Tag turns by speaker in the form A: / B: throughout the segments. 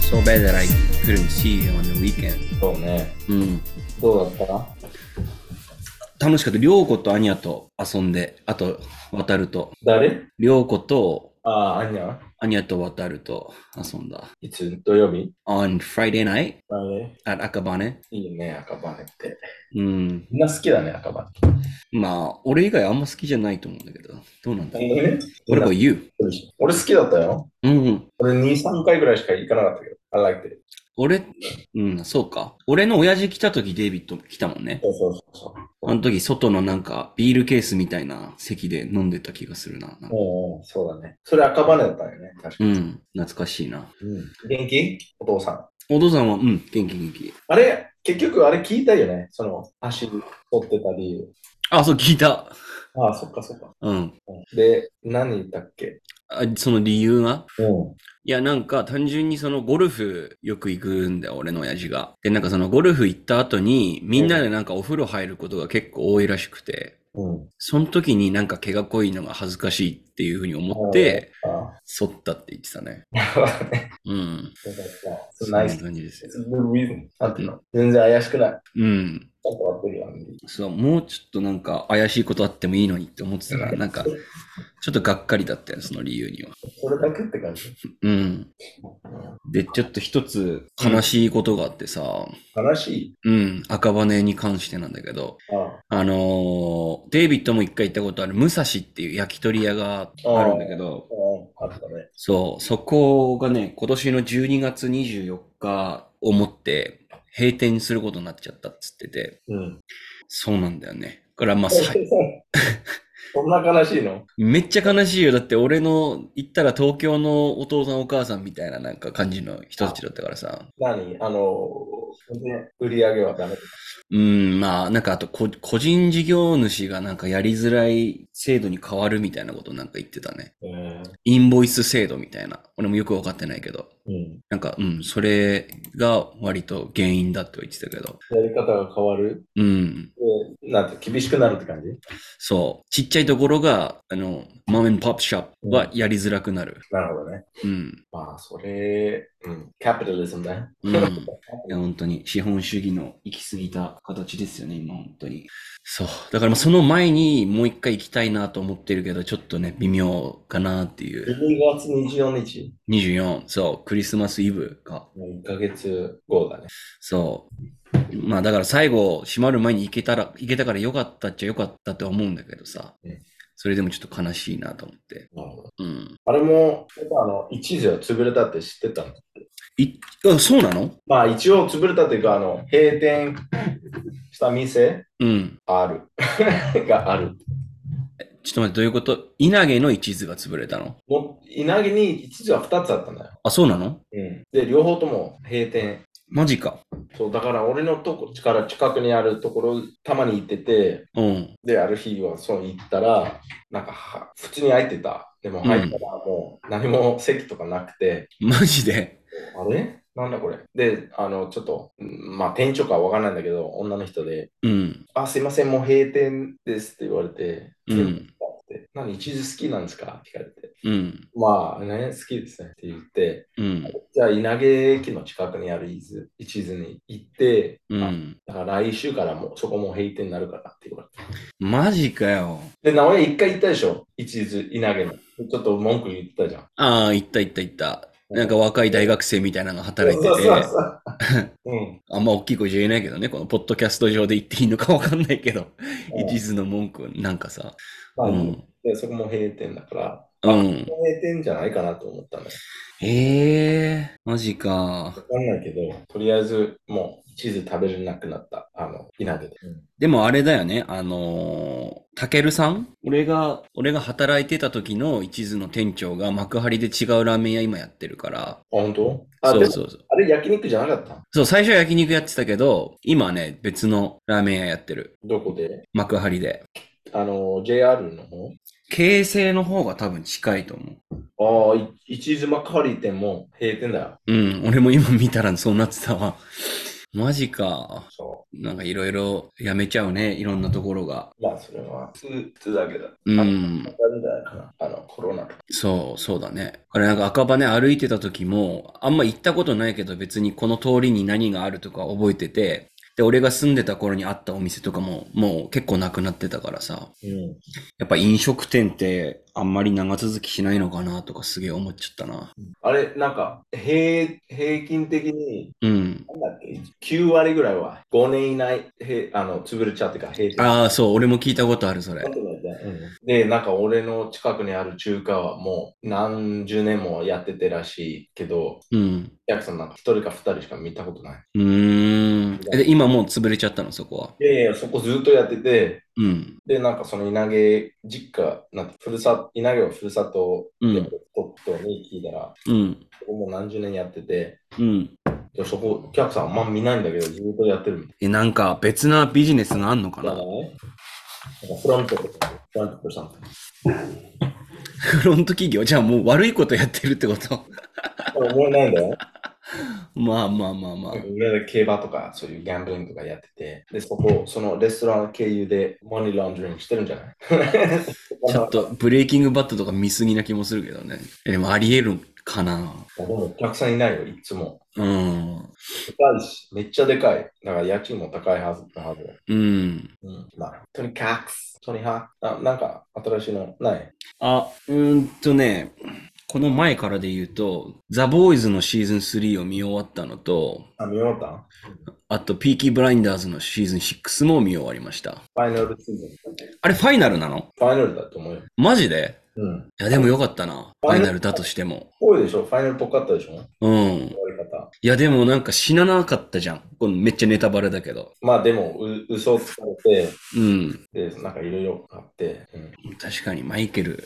A: So bad that I couldn't see you on the weekend.
B: そうね。
A: うん。
B: どうだった
A: 楽しかった。りょうことアニャと遊んで、あと、渡ると。
B: 誰
A: りょうこと
B: ああ、アニャ
A: アニャと渡ると遊んだ。
B: いつ土曜日
A: On Friday night
B: あれ
A: at Akabane。
B: いいね、赤羽って。
A: うん。
B: みんな好きだね、赤羽。
A: まあ、俺以外あんま好きじゃないと思うんだけど。どうなんだ
B: え
A: ?What about you?
B: 俺好きだったよ。
A: うんうん。
B: 俺2、3回ぐらいしか行かなかったけど。I liked it.
A: 俺、うん、そうか。俺の親父来た時デイビッド来たもんね。
B: そうそうそうそう。
A: あの時、外のなんか、ビールケースみたいな席で飲んでた気がするな。なんか
B: もう、そうだね。それ赤羽だったよね、確か
A: う
B: に。
A: ん、懐かしいな。
B: うん、元気お父さん。
A: お父さんは、うん、元気元気。
B: あれ、結局あれ聞いたよね。その、足取ってた理由。
A: あ、そう、聞いた。
B: ああ、そっかそっか。
A: うん。
B: うんで、何言ったっけ
A: あその理由が
B: うん。
A: いや、なんか、単純にそのゴルフよく行くんだよ、俺の親父が。で、なんかそのゴルフ行った後に、みんなでなんかお風呂入ることが結構多いらしくて、
B: うん。
A: その時になんか毛が濃いのが恥ずかしいっていうふうに思って、
B: あ
A: 剃ったって言ってた ね。
B: あ。
A: うん。
B: よかった。
A: そん
B: ナ
A: な
B: イス。
A: 感じですよ。
B: なんていうの全然怪しくない。ち
A: うん。
B: ょっと合ってるよ。
A: そう、もうちょっとなんか怪しいことあってもいいのにって思ってたから、なんか、ちょっとがっかりだったよ、その理由には。
B: それだけって感じ。
A: うん。で、ちょっと一つ悲しいことがあってさ、
B: 悲しい。
A: うん、赤羽に関してなんだけど、
B: あ
A: あのーデイビッドも一回行ったことある、武蔵っていう焼き鳥屋があるんだけど、
B: あ、あったね。
A: そう、そこがね、今年の12月24日をもって閉店することになっちゃったっつってて、
B: うん。
A: そうなんだよね。だからまあ、さい
B: そんな悲しいの
A: めっちゃ悲しいよ。だって俺の行ったら東京のお父さんお母さんみたいななんか感じの人たちだったからさ。
B: 何あの、全然売り上げはダメだ。
A: うん、まあ、なんかあとこ、個人事業主がなんかやりづらい制度に変わるみたいなことなんか言ってたね。インボイス制度みたいな。俺もよくわかってないけど。
B: うん。
A: なんか、うん、それが割と原因だと言ってたけど。
B: やり方が変わる。
A: うん、
B: でなんて、厳しくなるって感じ
A: そう。ちっちゃいところが、あの、マメンポップショップはやりづらくなる。
B: なるほどね。
A: うん。
B: まあ、それ、うん。キャピタリズムだね。
A: うんいや、本当に資本主義の行き過ぎた形ですよね、今、本当に。そう。だからまあその前にもう一回行きたいなと思ってるけど、ちょっとね、微妙かなっていう。
B: 12月24日、
A: 24、そう、クリスマスイブか。
B: もう1ヶ月後だね。
A: そう。まあだから最後、閉まる前に行けたら、行けたからよかったっちゃよかったとは思うんだけどさ
B: うん。
A: それでもちょっと悲しいなと思って。
B: なるほど。
A: うん。
B: あれも、やっぱあの、一時は潰れたって知ってたの
A: い、あそうなの
B: まあ一応潰れたというか、あの、閉店した店
A: うん。
B: ある。 がある。
A: ちょっと待って、どういうこと稲毛の一途が潰れたの
B: もう、稲城に一時は2つあったんだよ。
A: あ、そうなの
B: うん。で、両方とも閉店。
A: マジか。
B: そう、だから俺のとこから近くにあるところ、たまに行ってて、
A: うん。
B: で、ある日はそう行ったら、なんかは、普通に空いてた。でも入ったらもう何も席とかなくて、
A: マジで。
B: あれなんだこれで、あの、ちょっと、うんまあ店長かわかんないんだけど、女の人で、
A: うん。
B: あ、すいません、もう閉店ですって言われて、
A: うん。
B: で何、一時好きなんですかって聞かれて、
A: うん。
B: まあ、ね、好きですねって言って、
A: うん。
B: じゃあ、稲毛駅の近くにある伊豆一途に行って、
A: う
B: あ
A: ん。
B: だから来週からもうそこもう閉店になるからって言われ
A: マジかよ。
B: て。で、名古屋一回行ったでしょ、一途、稲毛の。ちょっと文句言ってたじゃん。
A: ああ、行った行った行った。なんか若い大学生みたいなのが働いて
B: そう
A: て
B: そう、そう。うん、
A: あんま大きい声じゃ言えないけどね、このポッドキャスト上で言っていいのかわかんないけ ど、 一途の文句なんかさ。
B: まあ
A: うん。
B: でそこも閉店だから、
A: うん。
B: もう閉店じゃないかなと思ったのよ。
A: ええー、マジか
B: わ。かんないけど、とりあえずもうチーズ食べれなくなった、あの、稲毛で。
A: でもあれだよね、あのー、たけるさん俺が、俺が働いてた時の一途の店長が幕張で違うラーメン屋今やってるから、
B: あ、本当あ、
A: そう
B: でも
A: そうそう。
B: あれ焼肉じゃなかった
A: そう、最初は焼肉やってたけど、今はね、別のラーメン屋やってる。
B: どこで
A: 幕張で。
B: あの、JR の方
A: 京成の方が多分近いと思う。
B: ああ、い一妻借りても閉店だよ。
A: うん、俺も今見たらそうなってたわ。マジか。
B: そ
A: なんかいろいろやめちゃうね、いろんなところが。
B: う。まあ、それは、普通普通だけど。
A: うん。
B: なんだよなあの、コロナとか。
A: そう、そうだね。あれなんか赤羽歩いてた時も、あんま行ったことないけど別にこの通りに何があるとか覚えてて、で、俺が住んでた頃にあったお店とかも、もう結構なくなってたからさ、
B: うん。
A: やっぱ飲食店ってあんまり長続きしないのかなとかすげえ思っちゃったな。
B: あれ、なんか、平平均的に、
A: うん。
B: なんだっけ、9割ぐらいは5年以内、へあの潰れちゃってか、平均
A: ああ、そう、俺も聞いたことある、それ。
B: で、なんか俺の近くにある中華はもう何十年もやっててらしいけど、
A: うん。
B: ヤクさんなんか一人か二人しか見たことない。
A: うーん。えで、今もう潰れちゃったの、そこは。
B: いやいや、そこずっとやってて、
A: うん。
B: で、なんかその稲毛、実家、なんてふるさと、稲毛はふるさと
A: う
B: で、
A: ん
B: トップに聞いたら、
A: うん。
B: そこもう何十年やってて、
A: うん。
B: でそこ、お客さんあんま見ないんだけど、ずっとやってるみたい
A: え、なんか別なビジネスがあんのか
B: な。
A: な
B: だからね、なんかフロントとか、フロントとかさん。
A: フロント企業じゃあもう悪いことやってるってこと
B: 思えないんだよ。
A: まあまあまあまあ。
B: いろいろ競馬とか、そういうギャンブリングとかやってて、で、そこ、そのレストラン経由でモニーランドリングしてるんじゃない
A: ちょっとブレイキングバットとか見すぎな気もするけどね。えでもあり得るかな。
B: でもお客さんいないよ、いつも。
A: うん。
B: でかいし、めっちゃでかい。だから家賃も高いはずなはず。
A: うん。
B: うん。まあ、トニカックス、トニハあ、なんか新しいのない
A: あ、うーんとね、この前からで言うと、ザ・ボーイズのシーズン3を見終わったのと、
B: あ、見終わった
A: あと、ピーキー・ブラインダーズのシーズン6も見終わりました。
B: ファイナルシーズン。
A: あれ、ファイナルなの
B: ファイナルだと思うよ。
A: マジで
B: うん。
A: いや、でもよかったな。フ
B: ファ
A: ァ
B: イナル
A: イナルだとしても。
B: 多いでしょファイナルっぽかったでしょ終わ
A: うん。
B: り方。
A: いや、でもなんか死ななかったじゃん。このめっちゃネタバレだけど。
B: まあ、でも、う嘘をつかれ
A: うん。
B: て、で、なんかいろいろあって、うん。
A: 確かにマイケル、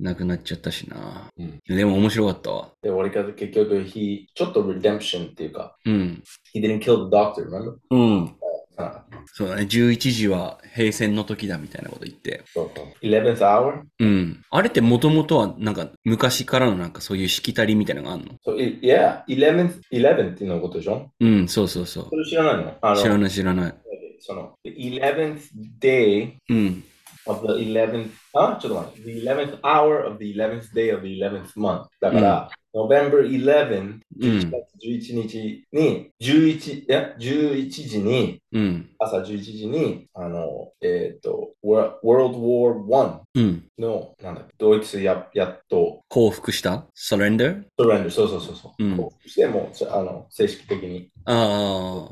A: 亡くなっちゃったしな。
B: うん
A: でも面白かったわ。
B: で、終わり方結局、he、ちょっと redemption っていうか、
A: うん。
B: he didn't kill the doctor, remember?
A: うん。
B: あ
A: そうだね。11時は平戦の時だみたいなこと言って。
B: そうそう。11th hour?
A: うん。あれってもともとはなんか昔からのなんかそういうしきたりみたいなのがあんの
B: So, i- yeah, 11th, 11th っていうのことでしょ
A: うん、そうそうそ
B: それ知らないのあ
A: う。
B: の
A: 知らない知らない。
B: その、the 11th day
A: うん。
B: of the 11th, あちょっと待って、the 11th hour of the 11th day of the 11th month. だから、November 11th,
A: う
B: 11
A: ん。
B: 月11日に、11, え11時に、
A: うん。
B: 朝11時に、あの、えっ、と、World Eh, World War One
A: うん。
B: の、なんだっけ、ドイツややっと、
A: 降伏した ?surrender?
B: トレンド、そうそうそうそう。
A: うん
B: こうしてもうそあの、正式的に。
A: あ
B: う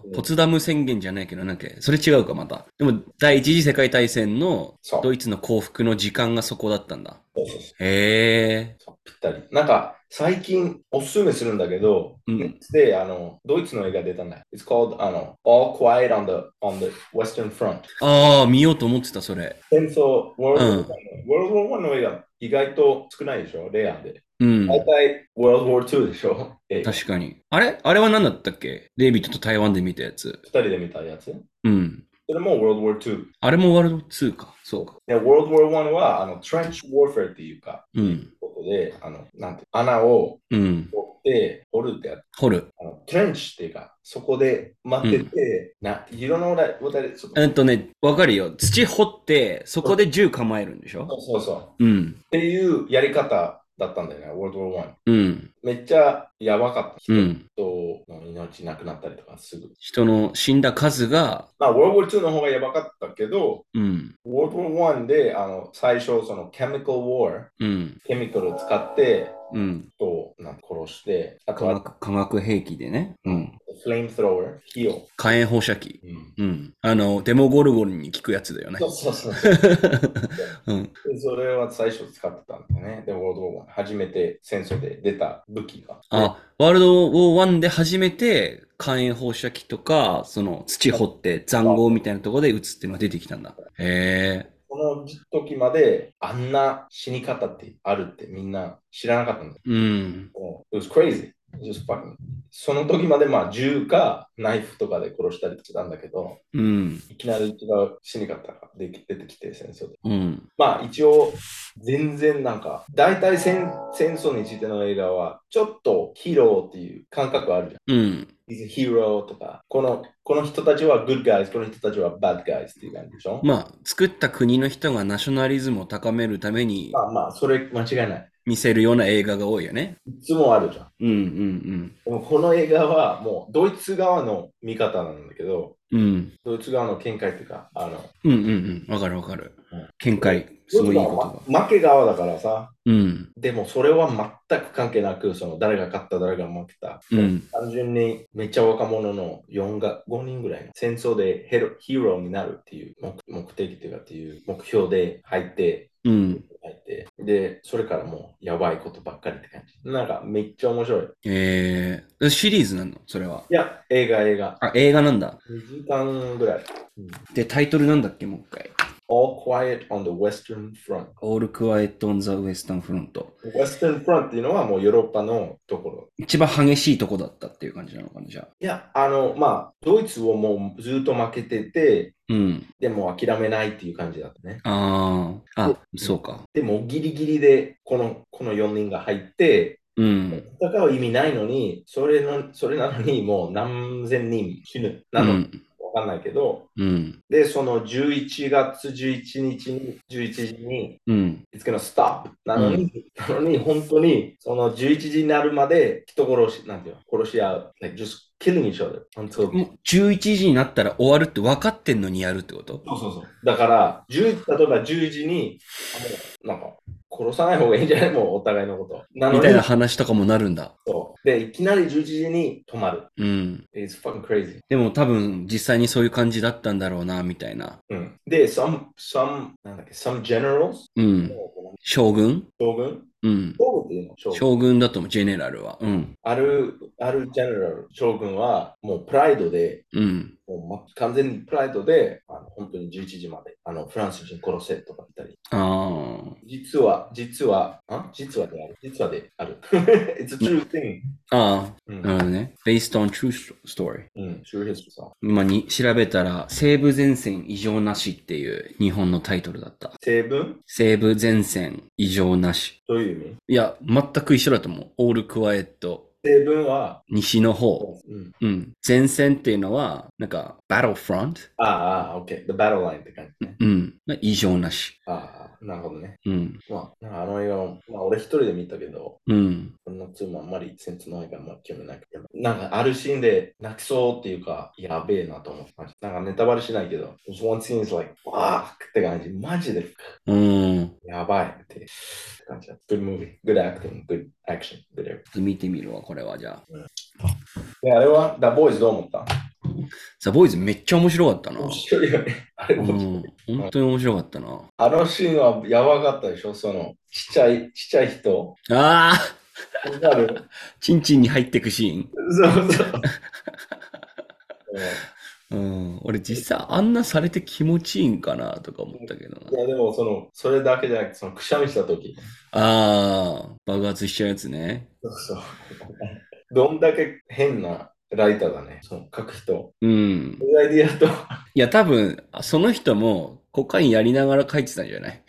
A: あ
B: ん、
A: ポツダム宣言じゃないけど、なんか、それ違うか、また。でも、第一次世界大戦の
B: そう
A: ドイツの降伏の時間がそこだったんだ。
B: そうそうそう
A: へえ。
B: そうぴったり。なんか、最近おすすめするんだけど、
A: うん
B: Netflix で、あの、ドイツの映画出たんだ。It's called, あの、All Quiet on the, on the Western Front。
A: ああ、見ようと思ってた、それ。
B: 戦争、World
A: うん
B: War One の World War One の映画、意外と少ないでしょ、レアで。
A: うん。
B: 大体、World War Two でしょ、映画。
A: 確かに。あれあれは何だったっけデイビッドと台湾で見たやつ。
B: 二人で見たやつ。
A: うん。
B: それも World War Two。
A: あれもワールド2か。そうか。
B: で、World War One は、あの、Trench Warfare っていうか、
A: うん。
B: ことで、あの、なんて、穴を
A: うん。
B: 掘って、掘るってやつ
A: 掘る。
B: あのトレンチっていうか、そこで待ってて、な、いろんなお題、お題、ちょっと
A: えっとね、わかるよ。土掘って、そこで銃構えるんでしょ
B: そうそうそう。
A: うん。
B: っていうやり方だったんだよね、World War One。
A: うん。
B: めっちゃやばかった。
A: う
B: 人
A: ん。
B: の命なくなったりとかすぐ。
A: 人の死んだ数が、
B: まあ、World War Two の方がやばかったけど、
A: うん。
B: World War One で、あの、最初、その、Chemical War、
A: うん。
B: ケミカルを使って、
A: うん。
B: 人をなんか殺して、あ
A: 化
B: とは、
A: 学化学兵器でね、うん、
B: フレームスロー r 火を。
A: 火炎放射器、
B: うん
A: うん、あのデモゴルゴンに効くやつだよね
B: そ。うそうそう。
A: うん、
B: でそれは最初使ってたんだよね。で、World War One 初めて戦争で出た武器が。
A: あワールドウォー1で初めて火炎放射器とかその土掘って塹壕みたいなところで撃つっていうのが出てきたんだ。へえ。
B: この時まであんな死に方ってあるってみんな知らなかったんだよ。
A: うん。
B: もう It was crazy. Just fucking. その時までまあ銃かナイフとかで殺したりしてたんだけど、
A: うん。
B: いきなり違う死に方ができ出てきて戦争で。
A: うん。
B: まあ一応全然なんか、大体戦戦争についての映画はちょっとヒーローっていう感覚あるじゃん。
A: うん。
B: he's a hero とか、このこの人たちは good guys、この人たちは bad guys っていう感じでしょ、
A: まあ、作った国の人がナショナリズムを高めるために
B: まあまあ、それ間違いない。
A: 見せるような映画が多いよね。
B: いつもあるじゃん。
A: うんうん
B: でもこの映画はもうドイツ側の見方なんだけど、
A: うん。うん。
B: ドイツ側の見解っていうか、あの、
A: うんうんうん。わかるわかる
B: うん。
A: 見解。す
B: ド
A: ごいい
B: イツ
A: い
B: 側
A: 言葉
B: は。ま負け側だからさ、
A: うん。
B: でもそれは全く関係なく、その誰が勝った、誰が負けた。
A: うん。
B: 単純にめっちゃ若者の4が5人ぐらいの戦争でヘロヒーローになるっていう目目的っていうかっていう目標で入って、
A: うん。
B: 入って、で、それからもうやばいことばっかりって感じ。なんかめっちゃ面白い。
A: えー、シリーズなのそれは。
B: いや、映画映画。
A: あ、映画なんだ。
B: 2時間ぐらい。うん
A: で、タイトルなんだっけもう一回。
B: All Quiet on the Western Front。
A: All Quiet on the Western Front。
B: Western Front っていうのはもうヨーロッパのところ。
A: 一番激しいとこだったっていう感じなのかな、じゃあ。
B: いや、あの、まあ、ドイツをもうずっと負けてて、
A: うん。
B: でも諦めないっていう感じだったね。
A: ああ。あ、そうか。
B: でもギリギリでこのこの4人が入って、
A: うん。
B: 戦う意味ないのに、それのそれなのにもう何千人死ぬ。
A: う
B: なのか
A: ん。
B: わかんないけど、
A: うん。
B: で、その11月11日に、11時に、
A: うん。
B: It's gonna stop なのに、なのに本当にその11時になるまで人殺し、なんていうの、殺し合う。Like just killing each other until
A: もう11時になったら終わるって分かってんのにやるってこと
B: そうそうそう。だから、10例えば10時に、あもうなんか、殺さない方がいいんじゃない もうお互いのこと。な
A: み
B: の
A: た
B: に
A: いな話とかもなるんだ。
B: そう。で、いきなり11時に止まる。
A: うん。
B: It's fucking crazy.
A: でも多分実際にそういう感じだったんだろうな、みたいな。
B: うん、で、some, some, なんだっけ、some generals?
A: うん。
B: 将
A: 将軍
B: 軍
A: うん。
B: 将軍っていうの将軍
A: 将軍だと思う、ジェネラルは。うん。
B: ある、あるジェネラル、将軍は、もうプライドで、
A: うん。
B: もうま完全にプライドで、あの本当に11時まであのフランス人殺せとか言ったり、
A: ああ。
B: 実は、実は、あ実はである、実はである。It's a true thing.
A: あ
B: う、
A: あ。なんるほどね。based on true story.
B: うん、true history さん。
A: 今に調べたら、西部前線異常なしっていう日本のタイトルだった。
B: 成分
A: 西部前線異常なし。
B: どういう意味
A: いや、全く一緒だと思う。オールクワイエット。
B: 成分は、
A: 西の方。
B: うん、
A: うん。前線っていうのは、なんか、battlefront?
B: ああ、あ OK。The battle line って感じね。
A: うん。異常なし。
B: ああ、なるほどね。
A: うん。
B: まあ、なんかあの映画も、まあ、俺一人で見たけど、
A: うん。
B: このツーもあんまりセンスないから、まあ、興味ないけど、なんかあるシーンで泣きそうっていうか、やべえなと思ってました。なんかネタバレしないけど、there's one scene is like, fuck って感じ、マジで
A: うん。
B: やばいって感じだった。Good movie, good acting, good action, good everything.
A: 見てみるわ、これはじゃあ。
B: で、あれは、The Boys どう思った
A: ザ・ボーイズめっちゃ面白かったな。
B: 面白いよね。あれ
A: う
B: も、
A: ん。本当に面白かったな。
B: あのシーンはやばかったでしょその、ちっちゃい、ちっちゃい人。
A: ああ
B: わかる
A: チンチンに入ってくシーン。
B: そうそ
A: う
B: う。
A: ん、俺実際あんなされて気持ちいいんかなとか思ったけど
B: い
A: な。
B: や、でも、その、それだけじゃなくて、その、くしゃみしたとき。
A: ああ、爆発しちゃうやつね。
B: そうそう。どんだけ変なライターだね。そう、書く人。
A: うん。
B: それでやると、
A: いや、多分、その人もコカインやりながら書いてたんじゃない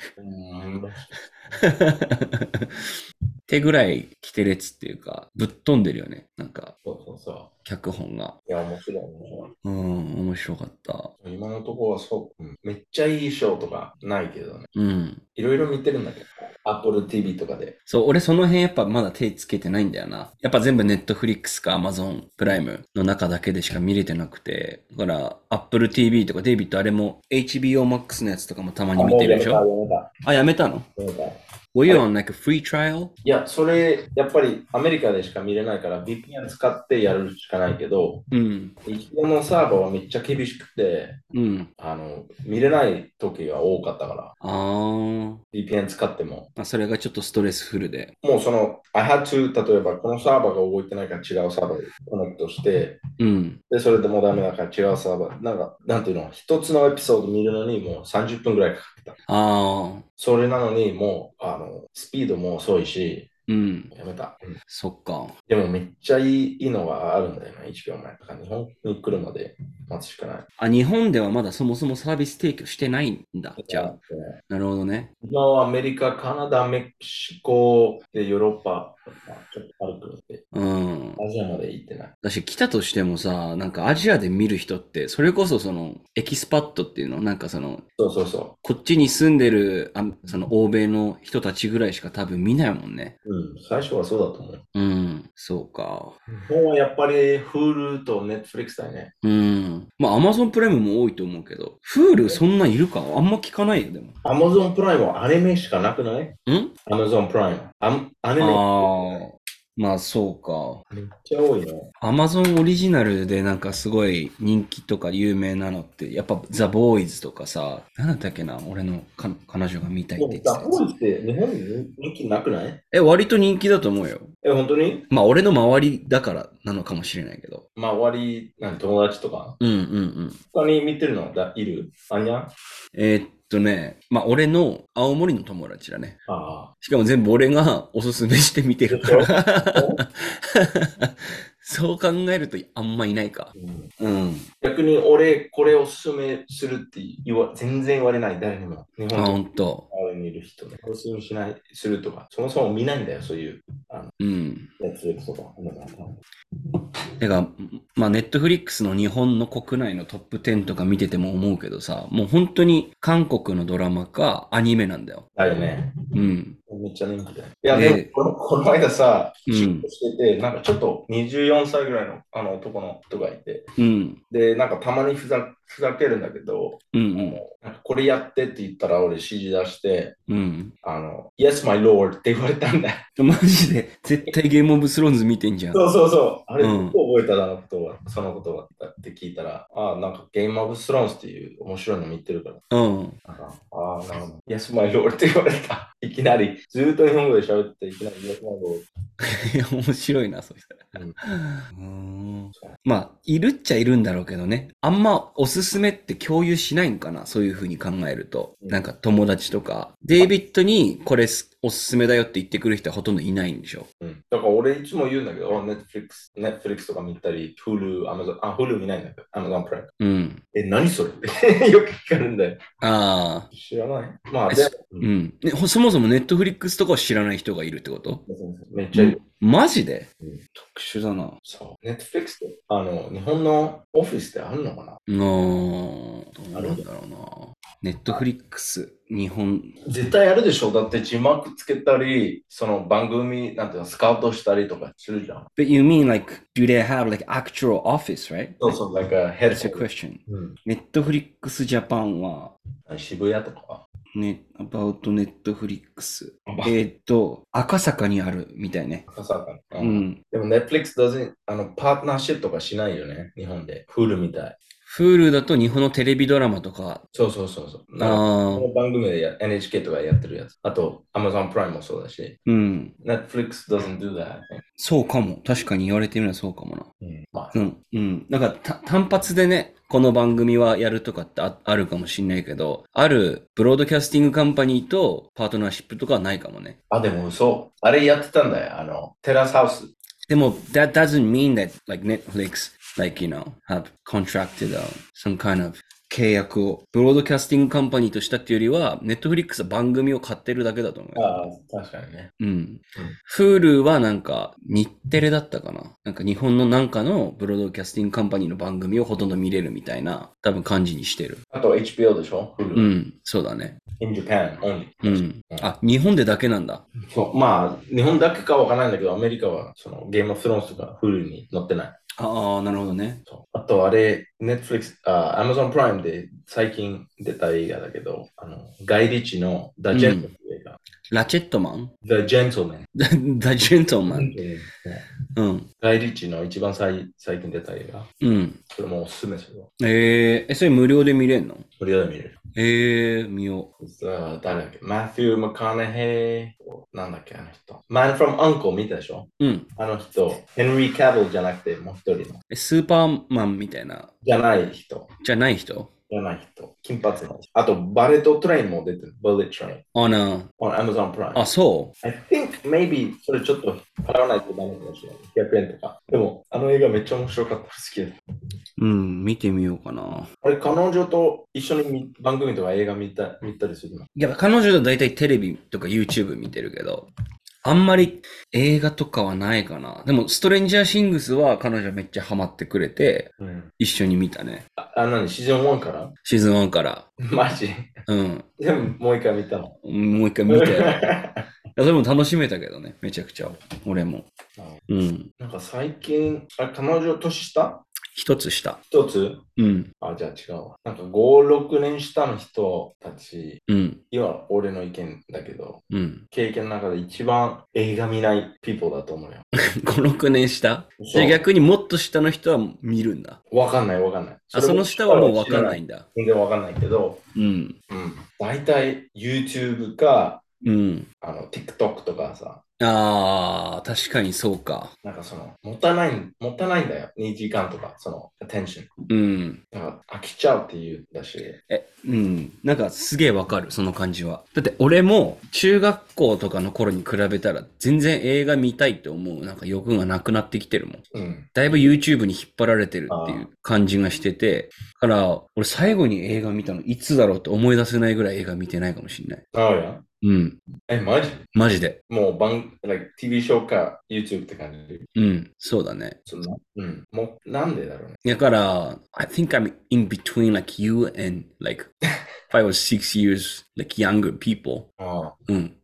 A: ってぐらい、キテレツっていうか、ぶっ飛んでるよね。なんか、
B: そうそうそ
A: 脚本が。
B: う。いや、面白い、面白い。
A: うん、面白かった。
B: 今のところはそう、うんめっちゃいいショーとかないけどね。
A: うん。
B: いろいろ見てるんだけど、Apple TV とかで。
A: そう、俺その辺やっぱまだ手つけてないんだよな。やっぱ全部ネットフリックスか Amazon プライムの中だけでしか見れてなくて。だから、Apple TV とかデイビッドあれも HBO Max のやつとかもたまに見てるでし
B: あ
A: ょ
B: もうや
A: あ、やめたの
B: めた、やめた、やめた。い
A: ?Were you on like a free trial?
B: や、それ、やっぱりアメリカでしか見れないから、VPN 使ってやるしかないけど、
A: うん。
B: 日本のサーバーはめっちゃ厳しくて、
A: うん。
B: あの、見れない時が多かったから、
A: あー。
B: VPN 使っても。
A: まあ、それがちょっとストレスフルで。
B: もうその、I had to、例えばこのサーバーが動いてないから違うサーバーでコネクトして、
A: うん。
B: で、それでもうダメだから違うサーバー、なんか、なんていうの、一つのエピソード見るのにもう30分ぐらいかかってた。
A: あー。
B: それなのにもう、あの、スピードも遅いし、
A: うん。
B: やめた。うん
A: そっか。
B: でもめっちゃいいいいのがあるんだよな、1秒前とか。日本に来るまで待つしかない。
A: あ、日本ではまだそもそもサービス提供してないんだ。じゃあ。なるほどね。
B: 今はアメリカ、カナダ、メキシコでヨーロッパ、まあちょっと軽く見て、
A: うん。
B: アジアまで行ってない。
A: だし、来たとしてもさ、なんかアジアで見る人って、それこそその、エキスパットっていうの、なんかその、
B: そうそうそ
A: こっちに住んでる、あその、欧米の人たちぐらいしか多分見ないもんね。
B: う。うん、最初はそうだと思う。
A: うん、そうか。
B: 日本はやっぱり Hulu と Netflix だよね。
A: うん。まあ、アマゾンプライムも多いと思うけど、Hulu そんないるかあんま聞かないよ、でも。
B: Amazon プライムはアニメしかなくない
A: ん
B: ?Amazon プライム。アアニメ
A: ああ。まあ、そうか。
B: めっちゃ多いね。
A: アマゾンオリジナルでなんかすごい人気とか有名なのって、やっぱザ・ボーイズとかさ、なんだったっけな、俺のか彼女が見たい
B: で
A: って
B: も
A: 言ってた
B: ザ・
A: や
B: ボ
A: つ。
B: ーイズって日本に人気なくない
A: え、割と人気だと思うよ。
B: え、本当に
A: まあ、俺の周りだからなのかもしれないけど。
B: 周り、なん友達とか。
A: うんうんうん。
B: 他に見てるのだいるあんにゃ
A: えーっとね、まあ、俺の青森の友達だね。
B: ああ。
A: しかも全部俺がおすすめして見てる から。そう考えるとあんまいないか。
B: う
A: う
B: ん
A: ん。
B: 逆に俺、これおすすめするって言わ全然言われない、誰にも。日
A: あ、
B: 本
A: ほ
B: の
A: んと。
B: 周りにいる人ね。おすすめしない、するとか。そもそも見ないんだよ、そういう
A: うん。
B: やつとか。
A: てか、まあ、ネットフリックスの日本の国内のトップ10とか見てても思うけどさ、もう本当に韓国のドラマかアニメなんだよ。
B: だよね。
A: うん。
B: めっちゃ人気だよ。いや、
A: ね
B: でもこの、この間さ、
A: うん
B: 仕事してて、なんかちょっと24歳ぐらいのあの男の人がいて、
A: うん。
B: で、なんかたまにふざふざけるんだけど、
A: うん
B: なんかこれやってって言ったら俺指示出して、
A: うん。
B: あの、Yes, my lord って言われ たんだよ。
A: うん。マジで、絶対ゲームオブスローンズ見てんじゃん。
B: そうそうそう。あれ、
A: う
B: ど
A: ん
B: こ覚えたあのことは、そのことはって聞いたら、ああ、なんかゲームオブスローンズっていう面白いの見てるから、
A: うん。
B: なんかああ、なんか、Yes, my lord って言われた。いきなり、ずーっと日本語で喋ってて、いきなり Yes, my lord。
A: いや、面白いな、そしたら。
B: う
A: うんーん。まあ、いるっちゃいるんだろうけどね。あんまおすすめって共有しないんかな、そういうふうに考えると。
B: うん
A: なんか友達とか。デイビッドにこれすおすすめだよって言ってくる人はほとんどいないんでしょ。
B: うん、だから俺いつも言うんだけど、あ Netflix、Netflix とか見たり、Hulu、Amazon、あ、Hulu 見ないんだけど、Amazon プライム。
A: うん。
B: え、何それ よく聞かれるんだよ。
A: ああ、
B: 知らない。まあ、
A: え
B: で
A: そうん。ねほそもそもネットフリックスとかを知らない人がいるってこと
B: めっちゃいる。
A: マジで
B: うん
A: 特殊だな。
B: そう。Netflix って、あの、日本のオフィスってあるのかな
A: なあ、どうなんだろうな。ネットフリックス、日本。
B: 絶対あるでしょだって字幕つけたり、その番組、なんていうの、スカウトしたりとかするじゃん。
A: But you mean like, do they have like actual office, right?
B: そうそう、なんかヘッ
A: That's
B: セ
A: a question.
B: うん。
A: ネットフリックスジャパンは、
B: 渋谷とか。
A: ね、about Netflix。
B: About
A: えーっと、赤坂にあるみたいね。
B: 赤坂
A: う。
B: うんでも Netflix doesn't、あの、パートナーシップとかしないよね。日本で。フールみたい。
A: Hulu だと日本のテレビドラマとか、
B: そうそうそうそう。なんか
A: あ
B: こ
A: あ、
B: の番組でや NHK とかやってるやつ。あと、Amazon プライムもそうだし。
A: うん。
B: Netflix doesn't do that.
A: そうかも。確かに言われてみればそうかもな。
B: うん。まあ
A: う、ん、うん。なんかた単発でね、この番組はやるとかってああるかもしんないけど、あるブロードキャスティングカンパニーとパートナーシップとかはないかもね。
B: あ、でも嘘。あれやってたんだよ。あの、テラスハウス。
A: でも、that doesn't mean that like Netflix, like you know, have contracted a, some kind of 契約をブロードキャスティングカンパニーとしたっていうよりは、Netflix は番組を買ってるだけだと思うよ。
B: ああ、確かにね。
A: うん。Hulu はなんか日テレだったかななんか日本のなんかのブロードキャスティングカンパニーの番組をほとんど見れるみたいな多分感じにしてる。
B: あと HBO でしょフル
A: うん、そうだね。
B: In Japan only.
A: うん。あ、日本でだけなんだ。
B: そうまあ、日本だけかわからないんだけど、アメリカはそのゲームオブスローンズとかフルに載ってない。
A: ああ、なるほどね。
B: そうあとあれ、Netflix、あ Amazon プライムで最近出た映画だけど、あのガイリッチの The
A: うん
B: Gentleman 映画。
A: ラチェットマン
B: The Gentleman。
A: ダジェントマン。うん。
B: ガイリッチの一番最最近出た映画。
A: うん。
B: それもおすすめするよ。
A: えー、え、それ無料で見れんの
B: 無料で見れる。
A: えー、見よ
B: さあ誰だっけ ?Matthew McConaughey。なんだっけあの人。Man from Uncle 見たでしょ
A: う。うん。
B: あの人。Henry Cavill じゃなくてもう一人の。
A: えスーパーマンみたいな、
B: じゃない人。
A: じゃない人
B: じゃない人。金髪の。あと、バレットトレインも出てる。バレットトレイン。
A: あな、
B: on Amazon Prime。
A: あ、そ
B: I think maybe それちょっと払わないとダメかもしれない。100円とか。でも、あの映画めっちゃ面白かった。好きです。
A: う。うん、見てみようかな。
B: あれ、彼女と一緒に見番組とか映画見た見たりするの。
A: いや、彼女と大体テレビとか YouTube 見てるけど、あんまり映画とかはないかな。でも、ストレンジャーシングスは彼女めっちゃハマってくれて、
B: うん。
A: 一緒に見たね。
B: あ、あ何シーズン1から
A: シーズン1から。
B: マジ
A: うん。
B: でももう一回見たの。
A: もう一回見て。いやそれも楽しめたけどね、めちゃくちゃ。俺も。うん。
B: なんか最近、あ彼女年下
A: 一つした。
B: 一つ
A: うん。
B: あ、じゃあ違うわ。なんか5、6年下の人たち、
A: うん。
B: 今俺の意見だけど、
A: うん。
B: 経験の中で一番映画見ない people だと思うよ。
A: 5、6年下じゃあ
B: そう
A: 逆にもっと下の人は見るんだ。
B: わかんないわかんない。。
A: あ、その下はもうわかんないいんだ。
B: 全然わかんないけど、
A: うん。
B: うん。大体 YouTube か、
A: うん。
B: あの TikTok とかさ、
A: あー、確かにそうか。
B: なんかその、もったいない、もったいないんだよ。2時間とか、その、attention。
A: うん。
B: だから飽きちゃうっていうだし。
A: え、うん。なんかすげえわかる、その感じは。だって俺も中学校とかの頃に比べたら全然映画見たいって思うなんか欲がなくなってきてるもん。
B: うん。
A: だいぶ YouTube に引っ張られてるっていう感じがしてて。だから、俺最後に映画見たのいつだろうって思い出せないぐらい映画見てないかもしんない。
B: ああや。
A: うん。
B: え、マジ
A: マジで。
B: もう番、like、TV ショーか YouTube って感じ。
A: うん。そうだね。
B: そんな。うん。もう、なんでだろうね。
A: だから、I think I'm in between like you and like five or six years like younger people.
B: ああ。
A: うん。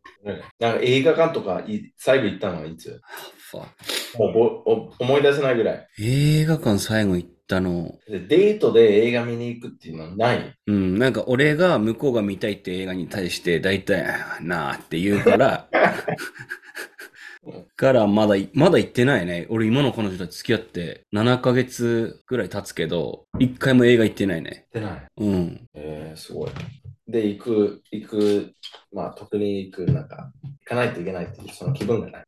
B: なんか映画館とかい最後行ったのはいつ
A: Fuck
B: もうぼお思い出せないぐらい。
A: 映画館最後行ったの。
B: でデートで映画見に行くっていうのはない。
A: うん、なんか俺が向こうが見たいって映画に対して大体、あーなあって言うから、からまだ、まだ行ってないね。俺今の彼女と付き合って7ヶ月ぐらい経つけど、1回も映画行ってないね。
B: 出ない。
A: うん。
B: えー、すごい。で、行く、行く、まあ、特に行く、なんか、行かないといけないっていう、その気分がない。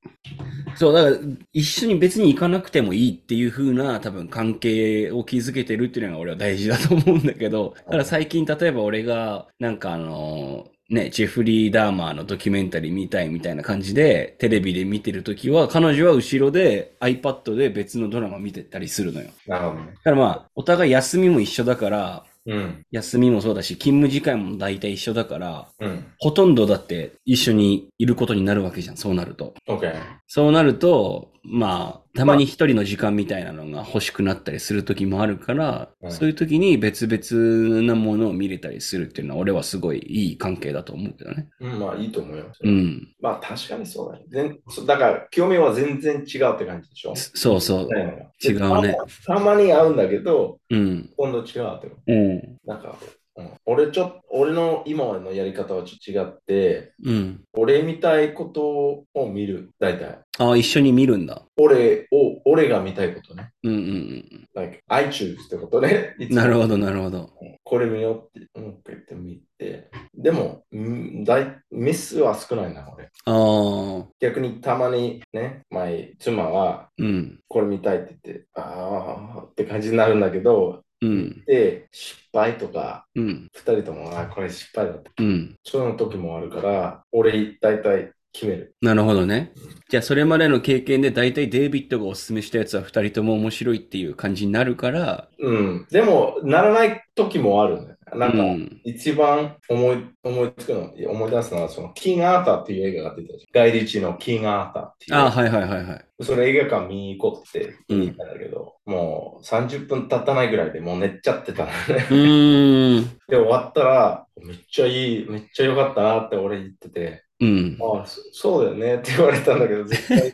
A: そう、だから一緒に別に行かなくてもいいっていう風な多分関係を築けてるっていうのが俺は大事だと思うんだけど、だから最近例えば俺がなんかあの、ね、ジェフリー・ダーマーのドキュメンタリー見たいみたいな感じでテレビで見てるときは彼女は後ろで iPad で別のドラマ見てたりするのよ。だ
B: なるほどね。
A: からまあ、お互い休みも一緒だから、
B: うん。
A: 休みもそうだし、勤務時間も大体一緒だから、
B: うん。
A: ほとんどだって一緒にいることになるわけじゃん、そうなると。
B: OK。
A: そうなると、まあ、たまに一人の時間みたいなのが欲しくなったりする時もあるから、
B: うん
A: そういう時に別々なものを見れたりするっていうのは、俺はすごいいい関係だと思うけどね。
B: うん、まあ、いいと思うよ。
A: うん。
B: まあ、確かにそうだね。全そだから、興味は全然違うって感じでしょ。
A: そうそう。
B: ね
A: 違うね。
B: たまに会うんだけど、
A: うん。
B: 今度違うって。
A: うん。
B: なんか、うん、俺ちょっと、俺の今までのやり方はちょっと違って、
A: うん。
B: 俺見たいことを見る、大体。
A: ああ、一緒に見るんだ。
B: 俺を、俺が見たいことね。
A: うんうん
B: like, I choose ってことね。
A: うん。なる
B: ど。
A: ほど、なるほど。
B: これ見ようって思って見て。でも、んだいミスは少ないな、俺。
A: ああ、
B: 逆にたまにね、前、妻は、
A: うん。
B: これ見たいって言って、ああ、って感じになるんだけど、
A: うん。
B: で、失敗とか、
A: うん。
B: 二人とも、あーこれ失敗だった。
A: うん。
B: その時もあるから、俺大体決める。
A: なるほどね。じゃあ、それまでの経験で大体デイビッドがおすすめしたやつは二人とも面白いっていう感じになるから、
B: うん。でも、ならない時もあるね。なんか、
A: うん
B: 一番思い思いつくの、いや思い出すのは、その、キング・アーサーっていう映画が出たじゃん。ガイリッチーのキング・アーサーっていう。
A: ああ、はいはいはいはい。
B: それ映画館見に行こうって言ったんだけど、もう30分経たないぐらいでもう寝ちゃってたのね。
A: うーん。
B: で、終わったら、めっちゃいい、めっちゃ良かったなって俺言ってて、
A: うん。
B: ああ、そそうだよねって言われたんだけど、絶対、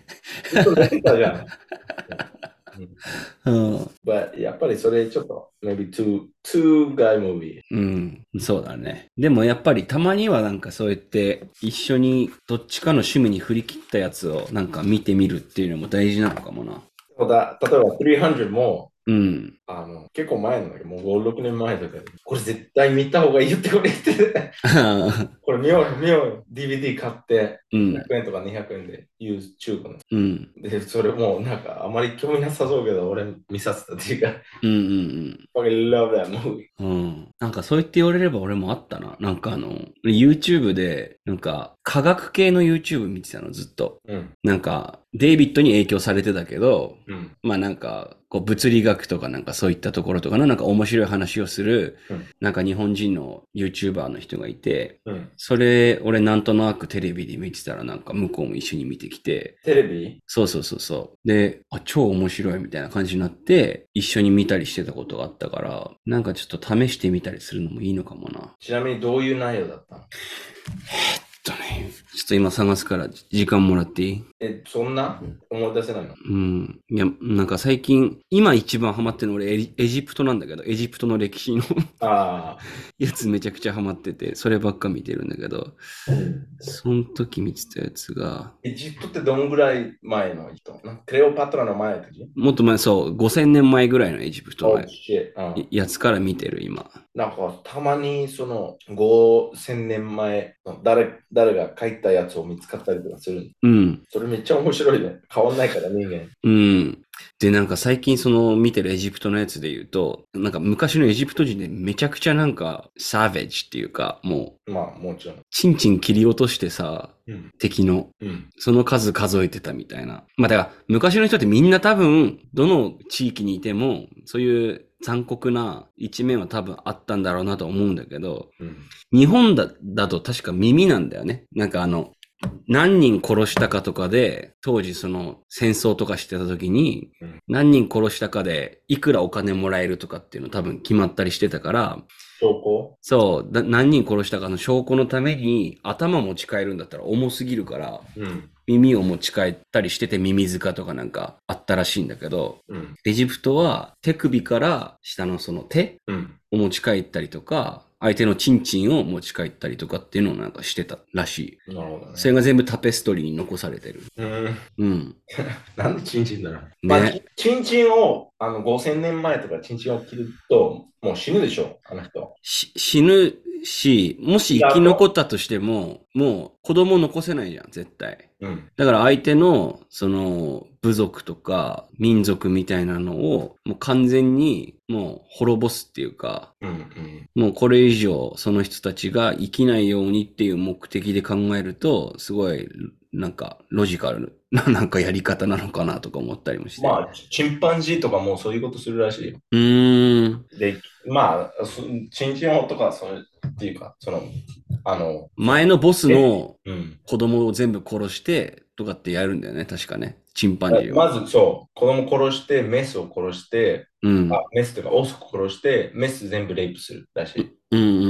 B: ずっと寝てたじゃん。
A: うん。
B: But やっぱりそれちょっと、maybe too, too guy movie.
A: うん。そうだね。でもやっぱりたまにはなんかそうやって一緒にどっちかの趣味に振り切ったやつをなんか見てみるっていうのも大事なのかもな。
B: だ例えば300も
A: うん。
B: あの結構前なんだけど、もう5、6年前とかで、これ絶対見た方がいいよってこれ言って、 これ見ようよ、見ようよ、DVD 買って、
A: うん。
B: 100円とか200円で YouTube の。
A: うん。
B: で、それもうなんかあまり興味なさそうけど、俺見させたっていうか、
A: うんうん。
B: fucking love that movie.
A: うん。なんかそう言って言われれば俺もあったな。なんかあの、YouTube で、なんか科学系の YouTube 見てたのずっと。
B: うん。
A: なんか、デイビッドに影響されてたけど、
B: うん。
A: まあなんか、こう物理学とかなんかそういったところとかのなんか面白い話をする
B: うん、
A: なんか日本人の YouTuber の人がいて、
B: うん。
A: それ、俺なんとなくテレビで見てたらなんか向こうも一緒に見てきて、
B: テレビ
A: そうそうそうそう。で、あ、超面白いみたいな感じになって、一緒に見たりしてたことがあったから、なんかちょっと試してみたりするのもいいのかもな。
B: ちなみにどういう内容だったの
A: ちょっとね、ちょっと今探すから時間もらっていい
B: え、そんな思い出せないの
A: うん。いや、なんか最近、今一番ハマってるの俺エジエジプトなんだけど、エジプトの歴史の
B: あ
A: やつめちゃくちゃハマってて、そればっか見てるんだけど、
B: あ。
A: その時見てたやつが、
B: エジプトってどのぐらい前の人なんかクレオパトラの前の時
A: もっと前、そう、5000年前ぐらいのエジプト
B: お
A: の
B: う、シェうん
A: やつから見てる、今。
B: なんかたまにその5000年前の誰誰が書いたやつを見つかったりとかする。
A: うん。
B: それめっちゃ面白いね。変わんないから人間。
A: うん。で、なんか最近その見てるエジプトのやつで言うと、なんか昔のエジプト人でめちゃくちゃなんか、サーベージっていうか、もう、
B: まあもちろん。
A: チンチン切り落としてさ、
B: うん。
A: 敵の、
B: うん。
A: その数数えてたみたいな。まあだから、昔の人ってみんな多分、どの地域にいても、そういう残酷な一面は多分あったんだろうなと思うんだけど、
B: うん。
A: 日本だだと確か耳なんだよね。なんかあの、何人殺したかとかで、当時その戦争とかしてた時に
B: うん、
A: 何人殺したかで、いくらお金もらえるとかっていうの多分決まったりしてたから、
B: 証拠
A: そう、だ何人殺したかの証拠のために、頭持ち帰るんだったら重すぎるから、
B: うん。
A: 耳を持ち帰ったりしてて耳塚とかなんかあったらしいんだけど、
B: うん。
A: エジプトは手首から下のその手
B: うん。
A: を持ち帰ったりとか、相手のチンチンを持ち帰ったりとかっていうのをなんかしてたらしい。
B: なるほどね
A: そ。れが全部タペストリーに残されてる。
B: うん。
A: うん。
B: なんでチンチンだろう。まあ、チンチンをあの5000年前とかチンチンを切るともう死ぬでしょ、あの人。
A: し死ぬし、もし生き残ったとしても、もう子供残せないじゃん、絶対。
B: うん。
A: だから相手の、その、部族とか民族みたいなのを、もう完全に、もう滅ぼすっていうか、
B: うんうん。
A: もうこれ以上その人たちが生きないようにっていう目的で考えると、すごいなんかロジカルな なんかやり方なのかなとか思ったりもして。
B: まあ、チンパンジーとかもそういうことするらしいよ。
A: うーん。
B: で、まあ、そチンチンをとか、それっていうか、その、あの、
A: 前のボスの
B: うん。
A: 子供を全部殺してとかってやるんだよね、確かね。チンパンジーを。
B: まずそう、子供殺して、メスを殺して、
A: うん。
B: あメスとかオスを殺して、メス全部レイプするらしい。
A: うんうんうんうん。